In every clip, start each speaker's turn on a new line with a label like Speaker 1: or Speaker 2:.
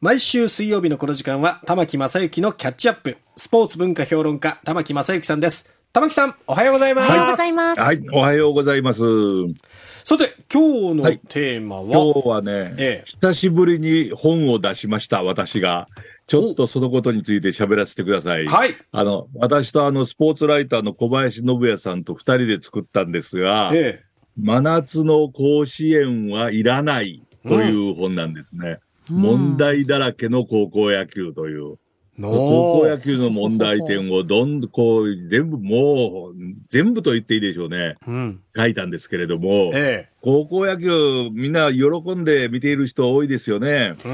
Speaker 1: 毎週水曜日のこの時間は、玉木正幸のキャッチアップ、スポーツ文化評論家、玉木正幸さんです。玉木さん、おはようございます。
Speaker 2: おはようございます。
Speaker 3: はい、おはようございます。今
Speaker 1: さて、今日のテーマは、
Speaker 3: 日はね、
Speaker 1: ええ
Speaker 3: 久しぶりに本を出しました、私が。ちょっとそのことについて喋らせてください。
Speaker 1: はい
Speaker 3: あの、私とあの、スポーツライターの小林信也さんと二人で作ったんですが、
Speaker 1: ええ
Speaker 3: 真夏の甲子園はいらないという本なんですね。問題だらけの高校野球という。高校野球の問題点をどんどんこう、全部もう、全部と言っていいでしょうね。
Speaker 1: うん。
Speaker 3: 書いたんですけれども、
Speaker 1: え
Speaker 3: 高校野球、みんな喜んで見ている人多いですよね。
Speaker 1: えう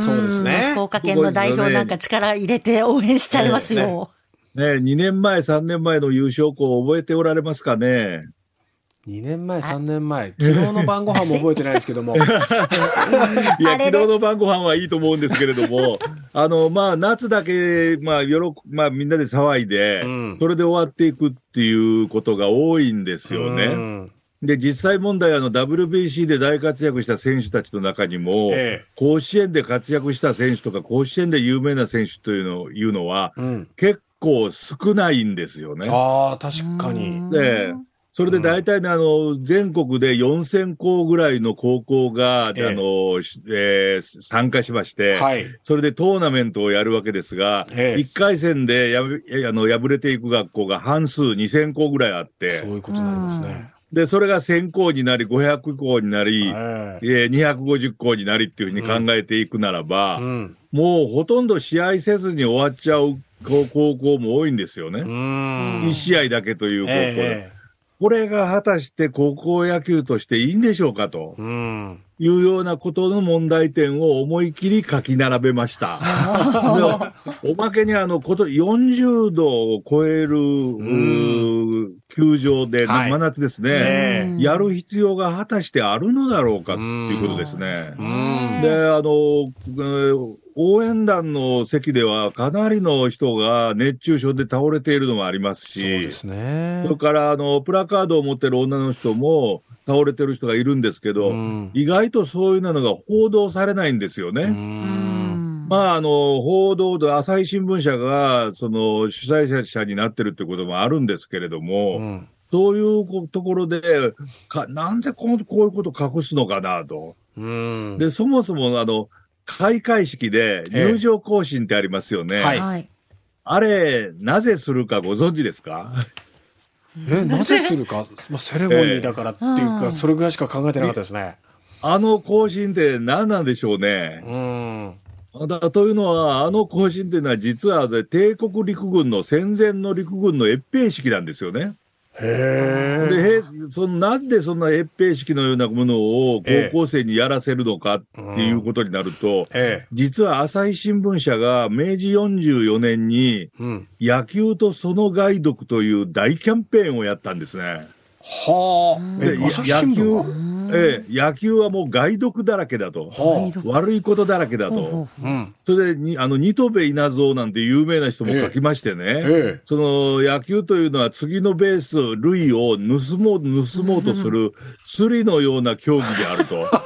Speaker 1: ん、そうですね。
Speaker 2: 福岡県の代表なんか力入れて応援しちゃいます
Speaker 1: そうで
Speaker 2: よ。
Speaker 3: ね2年前、3年前の優勝校覚えておられます かね。
Speaker 1: 2年前、3年前、昨日の晩ご飯も覚えてないですけ ども。
Speaker 3: いや、
Speaker 2: あれ
Speaker 3: 昨
Speaker 2: ね
Speaker 3: 日の晩ご飯はいいと思うんですけれども、 あの、まあ、夏だけ、まあ、喜、まあ、みんなで騒いで、
Speaker 1: うん
Speaker 3: それで終わっていくっていうことが多いんですよね。
Speaker 1: うん
Speaker 3: で、実際問題、あの、WBC で大活躍した選手たちの中にも、
Speaker 1: ええ
Speaker 3: 甲子園で活躍した選手とか、甲子園で有名な選手というのいうのは、
Speaker 1: うん。
Speaker 3: 結構少ないんですよね。
Speaker 1: ああ、確かに。
Speaker 3: で、それで大体ね、あの、全国で4000校ぐらいの高校が、
Speaker 1: ええ
Speaker 3: あの、しえー参加しまして、
Speaker 1: はい。
Speaker 3: それでトーナメントをやるわけですが、
Speaker 1: ええ
Speaker 3: 1回戦でやぶえあの敗れていく学校が半数2000校ぐらいあっ
Speaker 1: そ
Speaker 3: て
Speaker 1: う、いうことになりますね。
Speaker 3: で、それが1000校になり、500校になり、
Speaker 1: ええ
Speaker 3: えー250校になりっていうふうに考えていくならば、
Speaker 1: うん。
Speaker 3: もうほとんど試合せずに終わっちゃう高高校も多いんですよね。
Speaker 1: うん。
Speaker 3: 1試合だけという高校で、
Speaker 1: ええ
Speaker 3: これが果たして高校野球としていいんでしょうかと
Speaker 1: うん。
Speaker 3: いうようなことの問題点を思い切り書き並べました。 でおまけにあのこと40度を超えるうー球場で、
Speaker 1: はい
Speaker 3: 真夏ですね、
Speaker 1: ええ
Speaker 3: やる必要が果たしてあるのだろうかっていうことですね。
Speaker 1: うん。
Speaker 3: で、あの、えー応援団の席ではかなりの人が熱中症で倒れているのもあります
Speaker 1: そうで
Speaker 3: し、
Speaker 1: すね
Speaker 3: そ。れから、あの、プラカードを持ってる女の人も倒れてる人がいるんですけど、
Speaker 1: うん
Speaker 3: 意外とそういうのが報道されないんですよね。
Speaker 1: うん。
Speaker 3: まあ、あの、報道で朝日新聞社が、その、主催者になってるってこともあるんですけれども、
Speaker 1: うん
Speaker 3: そういうこところで、かなんでこのこういうこと隠すのかなと。
Speaker 1: うん。
Speaker 3: で、そもそも、あの、開会式で入場行進ってありますよね。
Speaker 1: ええはい
Speaker 2: はい。
Speaker 3: あれ、なぜするかご存知ですか
Speaker 1: え、なぜするか、まあ、セレモニーだからっていう
Speaker 2: え
Speaker 1: か、
Speaker 2: え
Speaker 1: それぐらいしか考えてなかったですね。
Speaker 3: あの行進って何なんでしょうね。
Speaker 1: うん。
Speaker 3: だというのは、あの行進っていうのは実はね帝国陸軍の戦前の陸軍の閲兵式なんですよね。
Speaker 1: へえ。
Speaker 3: で、へそのなんでそんな閲兵式のようなものを
Speaker 1: ええ
Speaker 3: 高校生にやらせるのかっていうことになると、
Speaker 1: ええ。
Speaker 3: 実は朝日新聞社が明治44年に
Speaker 1: うん。
Speaker 3: 野球とその害毒という大キャンペーンをやったんですね。
Speaker 1: はあ。え
Speaker 3: で、
Speaker 1: 朝日新聞
Speaker 3: 野
Speaker 1: が
Speaker 3: 球、ええ、野球はもう害毒だらけだと。
Speaker 1: はあ。
Speaker 3: 悪いことだらけだ
Speaker 2: ほうほ
Speaker 3: と。
Speaker 1: うん。
Speaker 3: それでに、あの、ニトベ稲造なんて有名な人も書きましてね。
Speaker 1: ええ。
Speaker 3: その野球というのは次のベース、類を盗もう、盗もうとする釣りのような競技であると。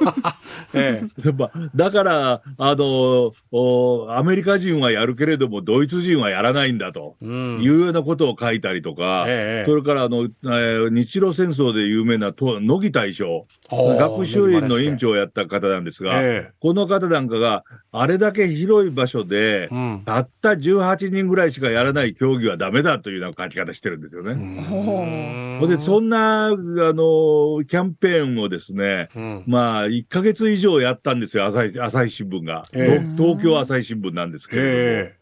Speaker 1: え
Speaker 3: やっぱだから、あの、おアメリカ人はやるけれども、ドイツ人はやらないんだと。
Speaker 1: え。うん。
Speaker 3: いうようなことを書いたりとか、
Speaker 1: ええ
Speaker 3: それからあの、えー日露戦争で有名なと乃木大将、
Speaker 1: あー
Speaker 3: 学習院の院長をやった方なんですが、
Speaker 1: ええ
Speaker 3: この方なんかが、あれだけ広い場所で、
Speaker 1: うん
Speaker 3: たった18人ぐらいしかやらない競技はダメだというような書き方してるんですよね。ほんで、そんな、あの、キャンペーンをですね、
Speaker 1: うん。
Speaker 3: まあ、1ヶ月以上やったんですよ、朝日朝日新聞が、
Speaker 1: ええ
Speaker 3: 東東京朝日新聞なんですけれども。
Speaker 1: え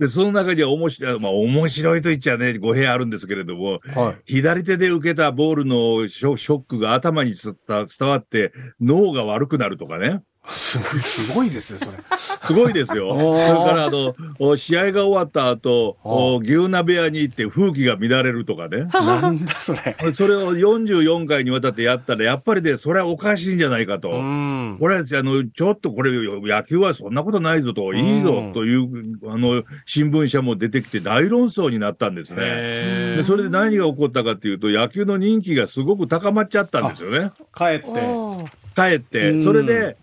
Speaker 3: で、その中には面白い、まあ面白いと言っちゃね、語弊あるんですけれども、
Speaker 1: え。はい。
Speaker 3: 左手で受けたボールのショショックが頭に伝わ伝わって脳が悪くなるとかね。
Speaker 1: すごい、すごいですね、それ。
Speaker 3: すごいですよ。それからあの、お試合が終わった後、お牛鍋屋に行って風紀が乱れるとかね。
Speaker 1: なんだそれ。
Speaker 3: それを44回にわたってやったら、やっぱりね、それはおかしいんじゃないかと。
Speaker 1: うん。
Speaker 3: これ、あの、ちょっとこれ、野球はそんなことないぞと、いいぞという、あの、新聞社も出てきて大論争になったんですね。
Speaker 1: え
Speaker 3: で、それで何が起こったかっていうと、野球の人気がすごく高まっちゃったんですよね。
Speaker 1: え。帰っ
Speaker 2: お
Speaker 1: て。
Speaker 2: ー
Speaker 3: 帰って、それで、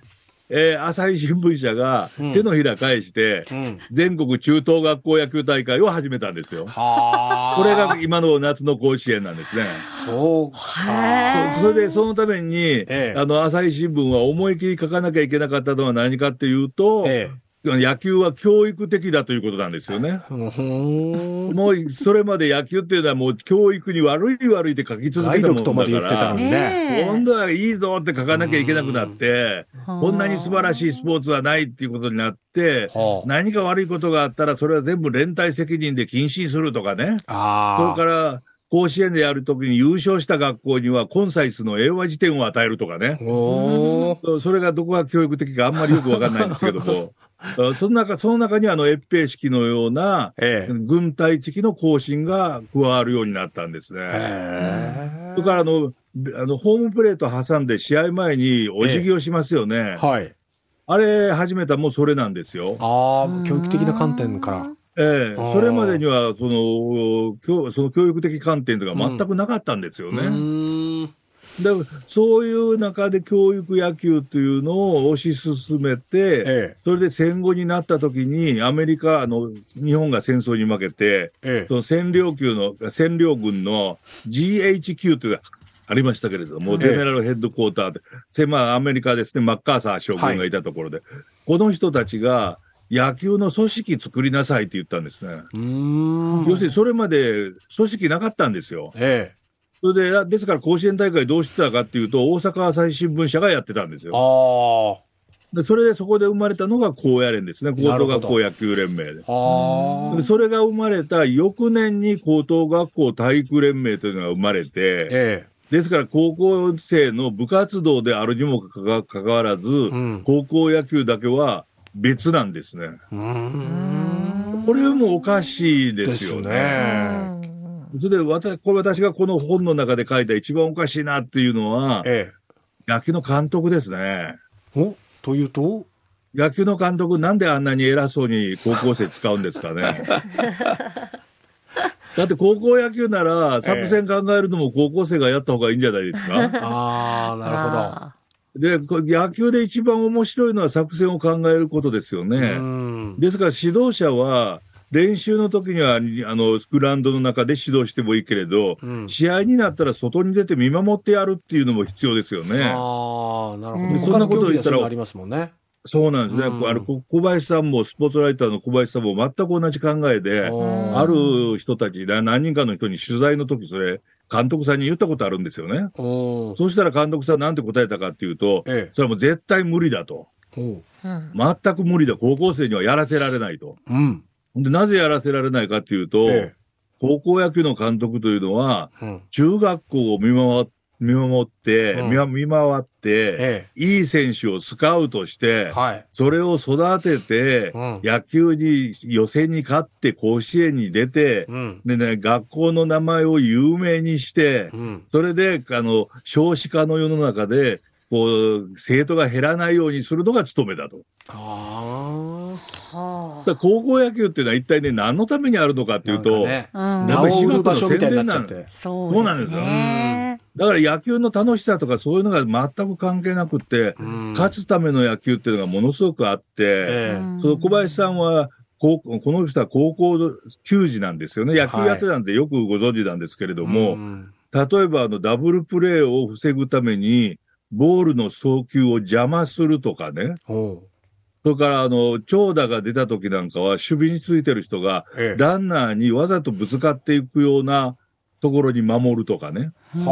Speaker 3: えー朝日新聞社が手のひら返して、
Speaker 1: ん
Speaker 3: 全国中等学校野球大会を始めたんですよ。
Speaker 1: はあ。
Speaker 3: これが今の夏の甲子園なんですね。
Speaker 1: そうか。
Speaker 2: へー
Speaker 3: それでそのために、
Speaker 1: え
Speaker 3: あの朝日新聞は思い切り書かなきゃいけなかったのは何かっていうと、
Speaker 1: え
Speaker 3: 野球は教育的だということなんですよね。
Speaker 1: え。うーん。
Speaker 3: もうそれまで野球っていうのはもう教育に悪い悪いって書き続
Speaker 1: ガ
Speaker 3: け
Speaker 1: イ
Speaker 3: た
Speaker 1: ド
Speaker 3: も
Speaker 1: ク
Speaker 3: ん
Speaker 1: とまで言
Speaker 3: だ
Speaker 1: っ
Speaker 3: か
Speaker 1: てた
Speaker 3: ら
Speaker 1: の。にね。
Speaker 3: 今
Speaker 2: ね
Speaker 3: 度はいいぞって書かなきゃいけなくなって、
Speaker 2: うん
Speaker 3: こんなに素晴らしいスポーツはないっていうことになって、
Speaker 1: はあ
Speaker 3: 何か悪いことがあったらそれは全部連帯責任で禁止にするとかね。それ
Speaker 1: あ
Speaker 3: か
Speaker 1: あ。
Speaker 3: ら、甲子園でやるときに優勝した学校には、コンサイスの英和辞典を与えるとかね。
Speaker 1: おー
Speaker 3: それがどこが教育的かあんまりよくわかんないんですけ ども。あその中、その中にあの、越平式のような、
Speaker 1: ええ。
Speaker 3: 軍隊式の行進が加わるようになったんですね。
Speaker 1: へ
Speaker 3: それからあの、べあの、ホームプレート挟んで試合前にお辞儀をしますよね
Speaker 1: え。はい。
Speaker 3: あれ始めたもうそれなんですよ。
Speaker 1: ああ、教育的な観点から。
Speaker 3: ええ
Speaker 1: あー
Speaker 3: それまでには、その、教その教育的観点とか全くなかったんですよ
Speaker 1: う
Speaker 3: ね。
Speaker 1: ーん。
Speaker 3: だからそういう中で教育野球というのを推し進めて、
Speaker 1: ええ
Speaker 3: それで戦後になった時にアメリカあの日本が戦争に負けて、
Speaker 1: ええ
Speaker 3: そ。の占領級の占領軍の GHQ というのがありましたけれども、
Speaker 1: ええ
Speaker 3: ゼネラルヘッドクォーターで、せまあ、アメリカですねマッカーサー将軍がいたところで、この人たちが野球の組織作りなさいって言ったんですね。
Speaker 1: うーん。
Speaker 3: 要するにそれまで組織なかったんですよ。
Speaker 1: ええ。
Speaker 3: それで、ですから甲子園大会どうしてたかっていうと、大阪朝日新聞社がやってたんです
Speaker 1: あ
Speaker 3: よ。
Speaker 1: あ。
Speaker 3: でそれでそこで生まれたのが高野連ですね。高
Speaker 1: なる
Speaker 3: 等
Speaker 1: ほど
Speaker 3: 学校野球連盟で。
Speaker 1: はあ
Speaker 3: で。それが生まれた翌年に高等学校体育連盟というのが生まれて、
Speaker 1: え
Speaker 3: ですから高校生の部活動であるにもかかかわらず、
Speaker 1: ん
Speaker 3: 高校野球だけは別なんですね。
Speaker 1: え。うーん。
Speaker 3: これもおかしいで
Speaker 1: ですす
Speaker 3: よね。
Speaker 1: ね。
Speaker 3: それで私これ私がこの本の中で書いた一番おかしいなっていうのは、
Speaker 1: え
Speaker 3: 野球の監督ですね。
Speaker 1: え。おというと
Speaker 3: 野球の監督、なんであんなに偉そうに高校生使うんですか ね。だって高校野球なら、サブ戦考えるのも高校生がやった方がいいんじゃないですか。
Speaker 1: ああ、なるほど。
Speaker 3: で、こ野球で一番面白いのは作戦を考えることですよ
Speaker 1: う
Speaker 3: ね。
Speaker 1: ん。
Speaker 3: ですから指導者は、練習の時には、あの、スクラウンドの中で指導してもいいけれど、
Speaker 1: うん
Speaker 3: 試合になったら外に出て見守ってやるっていうのも必要ですよね。
Speaker 1: ああ、なるほ
Speaker 2: うん
Speaker 1: ど。他の競技ではそ
Speaker 3: そんなこと言ったら
Speaker 1: れがありますもんね。
Speaker 3: そうなんですね。
Speaker 1: うん
Speaker 3: あのこ小林さんも、スポーツライターの小林さんも全く同じ考えで、
Speaker 1: おー
Speaker 3: ある人たち、な何人かの人に取材の時それ、監督さんに言ったことあるんですよね。
Speaker 1: おー
Speaker 3: そしたら監督さんなんて答えたかっていうと、
Speaker 1: ええ
Speaker 3: それはもう絶対無理だと。
Speaker 1: おう
Speaker 3: 全く無理だ。高校生にはやらせられないと。
Speaker 1: うん。
Speaker 3: で、なぜやらせられないかっていうと、
Speaker 1: え
Speaker 3: 高校野球の監督というのは、
Speaker 1: え。うん。
Speaker 3: 中学校を見守見守って、
Speaker 1: うん
Speaker 3: 見見回って、
Speaker 1: え
Speaker 3: いい選手をスカウトして、
Speaker 1: え。はい。
Speaker 3: それを育てて、
Speaker 1: うん
Speaker 3: 野球に、予選に勝って甲子園に出て、
Speaker 1: うん。
Speaker 3: でね、学校の名前を有名にして、
Speaker 1: うん。
Speaker 3: それで、あの、少子化の世の中で、こう、生徒が減らないようにするのが務めだと。
Speaker 1: あ
Speaker 2: は
Speaker 3: だから高校野球っていうのは一体ね、何のためにあるのかっ
Speaker 1: あ。
Speaker 3: ていうと、
Speaker 1: なんか
Speaker 2: あ。うん
Speaker 1: ね
Speaker 3: やっぱり
Speaker 1: 治る場所みたいになっちゃっ
Speaker 3: な
Speaker 1: て。
Speaker 2: そう
Speaker 3: そうなんですよ
Speaker 2: ね
Speaker 3: だから野球の楽しさとかそういうのが全く関係なくって、
Speaker 1: うん
Speaker 3: 勝つための野球っていうのがものすごくあって、
Speaker 1: え
Speaker 2: うん
Speaker 3: その小林さんは、高校この人は高校球児なんですよね。野球やってたんでよくご存知なんですけれ
Speaker 1: え。
Speaker 3: ども、
Speaker 1: ん
Speaker 3: 例えばあのダブルプレーを防ぐために、ボールの送球を邪魔するとかね。
Speaker 1: おう
Speaker 3: それからあの、長打が出た時なんかは、守備についてる人が、
Speaker 1: ええ。
Speaker 3: ランナーにわざとぶつかっていくようなところに守るとかね。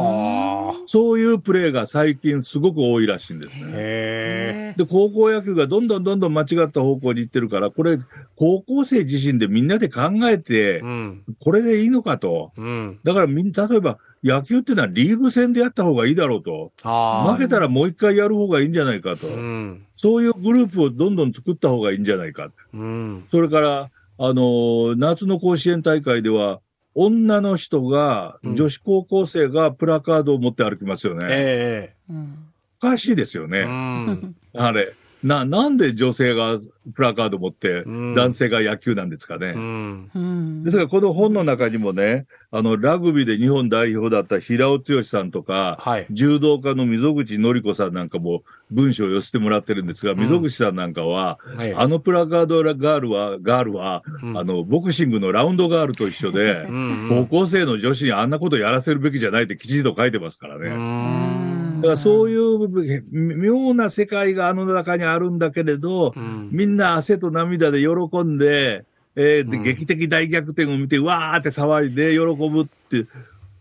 Speaker 1: はあ。
Speaker 3: そういうプレーが最近すごく多いらしいんですね。
Speaker 1: へえ。
Speaker 3: で、高校野球がどんどんどんどん間違った方向に行ってるから、これ、高校生自身でみんなで考えて
Speaker 1: う、ん。
Speaker 3: これでいいのかと。
Speaker 1: うん。
Speaker 3: だからみんな、例えば野球っていうのはリーグ戦でやった方がいいだろうと。
Speaker 1: ああ。
Speaker 3: 負けたらもう一回やる方がいいんじゃないかと。
Speaker 1: うん。
Speaker 3: そういうグループをどんどん作った方がいいんじゃないか。
Speaker 1: うん。
Speaker 3: それから、あのー夏の甲子園大会では、女の人が、
Speaker 1: うん
Speaker 3: 女子高校生がプラカードを持って歩きますよね。
Speaker 1: え
Speaker 2: うん
Speaker 3: おかしいですよね。
Speaker 1: え。うん。
Speaker 3: あれ。な、なんで女性がプラカード持って
Speaker 1: うん
Speaker 3: 男性が野球なんですかね。
Speaker 1: うん。
Speaker 2: うん
Speaker 3: で。すから、この本の中にもね、あの、ラグビーで日本代表だった平尾剛さんとか、
Speaker 1: はい
Speaker 3: 柔道家の溝口紀子さんなんかも文章を寄せてもらってるんですが、
Speaker 1: ん
Speaker 3: 溝口さんなんかは、
Speaker 1: はい
Speaker 3: あのプラカードラガールは、ガールは、
Speaker 1: うん
Speaker 3: あの、ボクシングのラウンドガールと一緒で、
Speaker 1: ん
Speaker 3: 高校生の女子にあんなことやらせるべきじゃないってきちんと書いてますからね。
Speaker 1: うん
Speaker 3: だからそういうみ妙な世界があの中にあるんだけれど、
Speaker 1: うん
Speaker 3: みんな汗と涙で喜んで、えーで
Speaker 1: うん
Speaker 3: 劇的大逆転を見て、うわーって騒いで喜ぶって、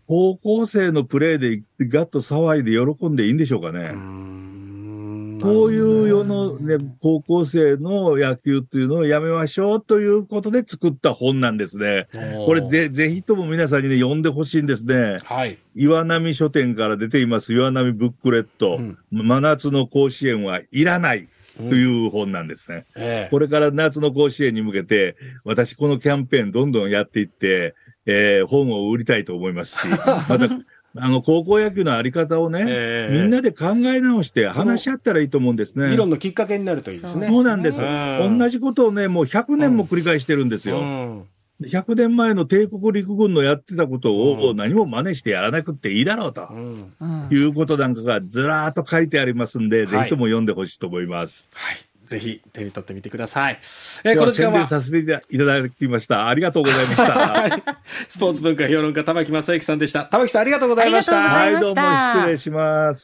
Speaker 3: 高校生のプレーでガッと騒いで喜んでいいんでしょうかね。
Speaker 1: うん
Speaker 3: こういう世の、ね、高校生の野球っていうのをやめましょうということで作った本なんですね。これ、ぜ、ぜひとも皆さんにね、読んでほしいんですね。
Speaker 1: はい。
Speaker 3: 岩波書店から出ています岩波ブックレット、
Speaker 1: うん
Speaker 3: 真夏の甲子園はいらないという本なんですね。
Speaker 1: え
Speaker 3: これから夏の甲子園に向けて、私このキャンペーンどんどんやっていって、えー本を売りたいと思います し、また、あの、高校野球のあり方をね、
Speaker 1: え
Speaker 3: みんなで考え直して話し合ったらいいと思うんです
Speaker 1: え
Speaker 3: ね。
Speaker 1: 議論のきっかけになるといいですね。
Speaker 3: そうなんです。
Speaker 1: うん
Speaker 3: 同じことをね、もう100年も繰り返してるんですよ。
Speaker 1: うん
Speaker 3: 100年前の帝国陸軍のやってたこと
Speaker 1: う
Speaker 3: を
Speaker 1: ん
Speaker 3: 何も真似してやらなくていいだろうと
Speaker 1: うん
Speaker 2: うん
Speaker 3: いうことなんかがずらーっと書いてありますんで、
Speaker 1: い
Speaker 3: ぜひとも読んでほしいと思います。
Speaker 1: はい。ぜひ手に取ってみてください。えー
Speaker 3: で
Speaker 1: この時間
Speaker 3: 宣伝
Speaker 1: は、
Speaker 3: させていただきました。 ありがとうございました。
Speaker 1: スポーツ文化評論家、玉木正之さんでした。玉木さん、ありがとうございました。
Speaker 2: ありがとうございました
Speaker 3: はい、どうも失礼します。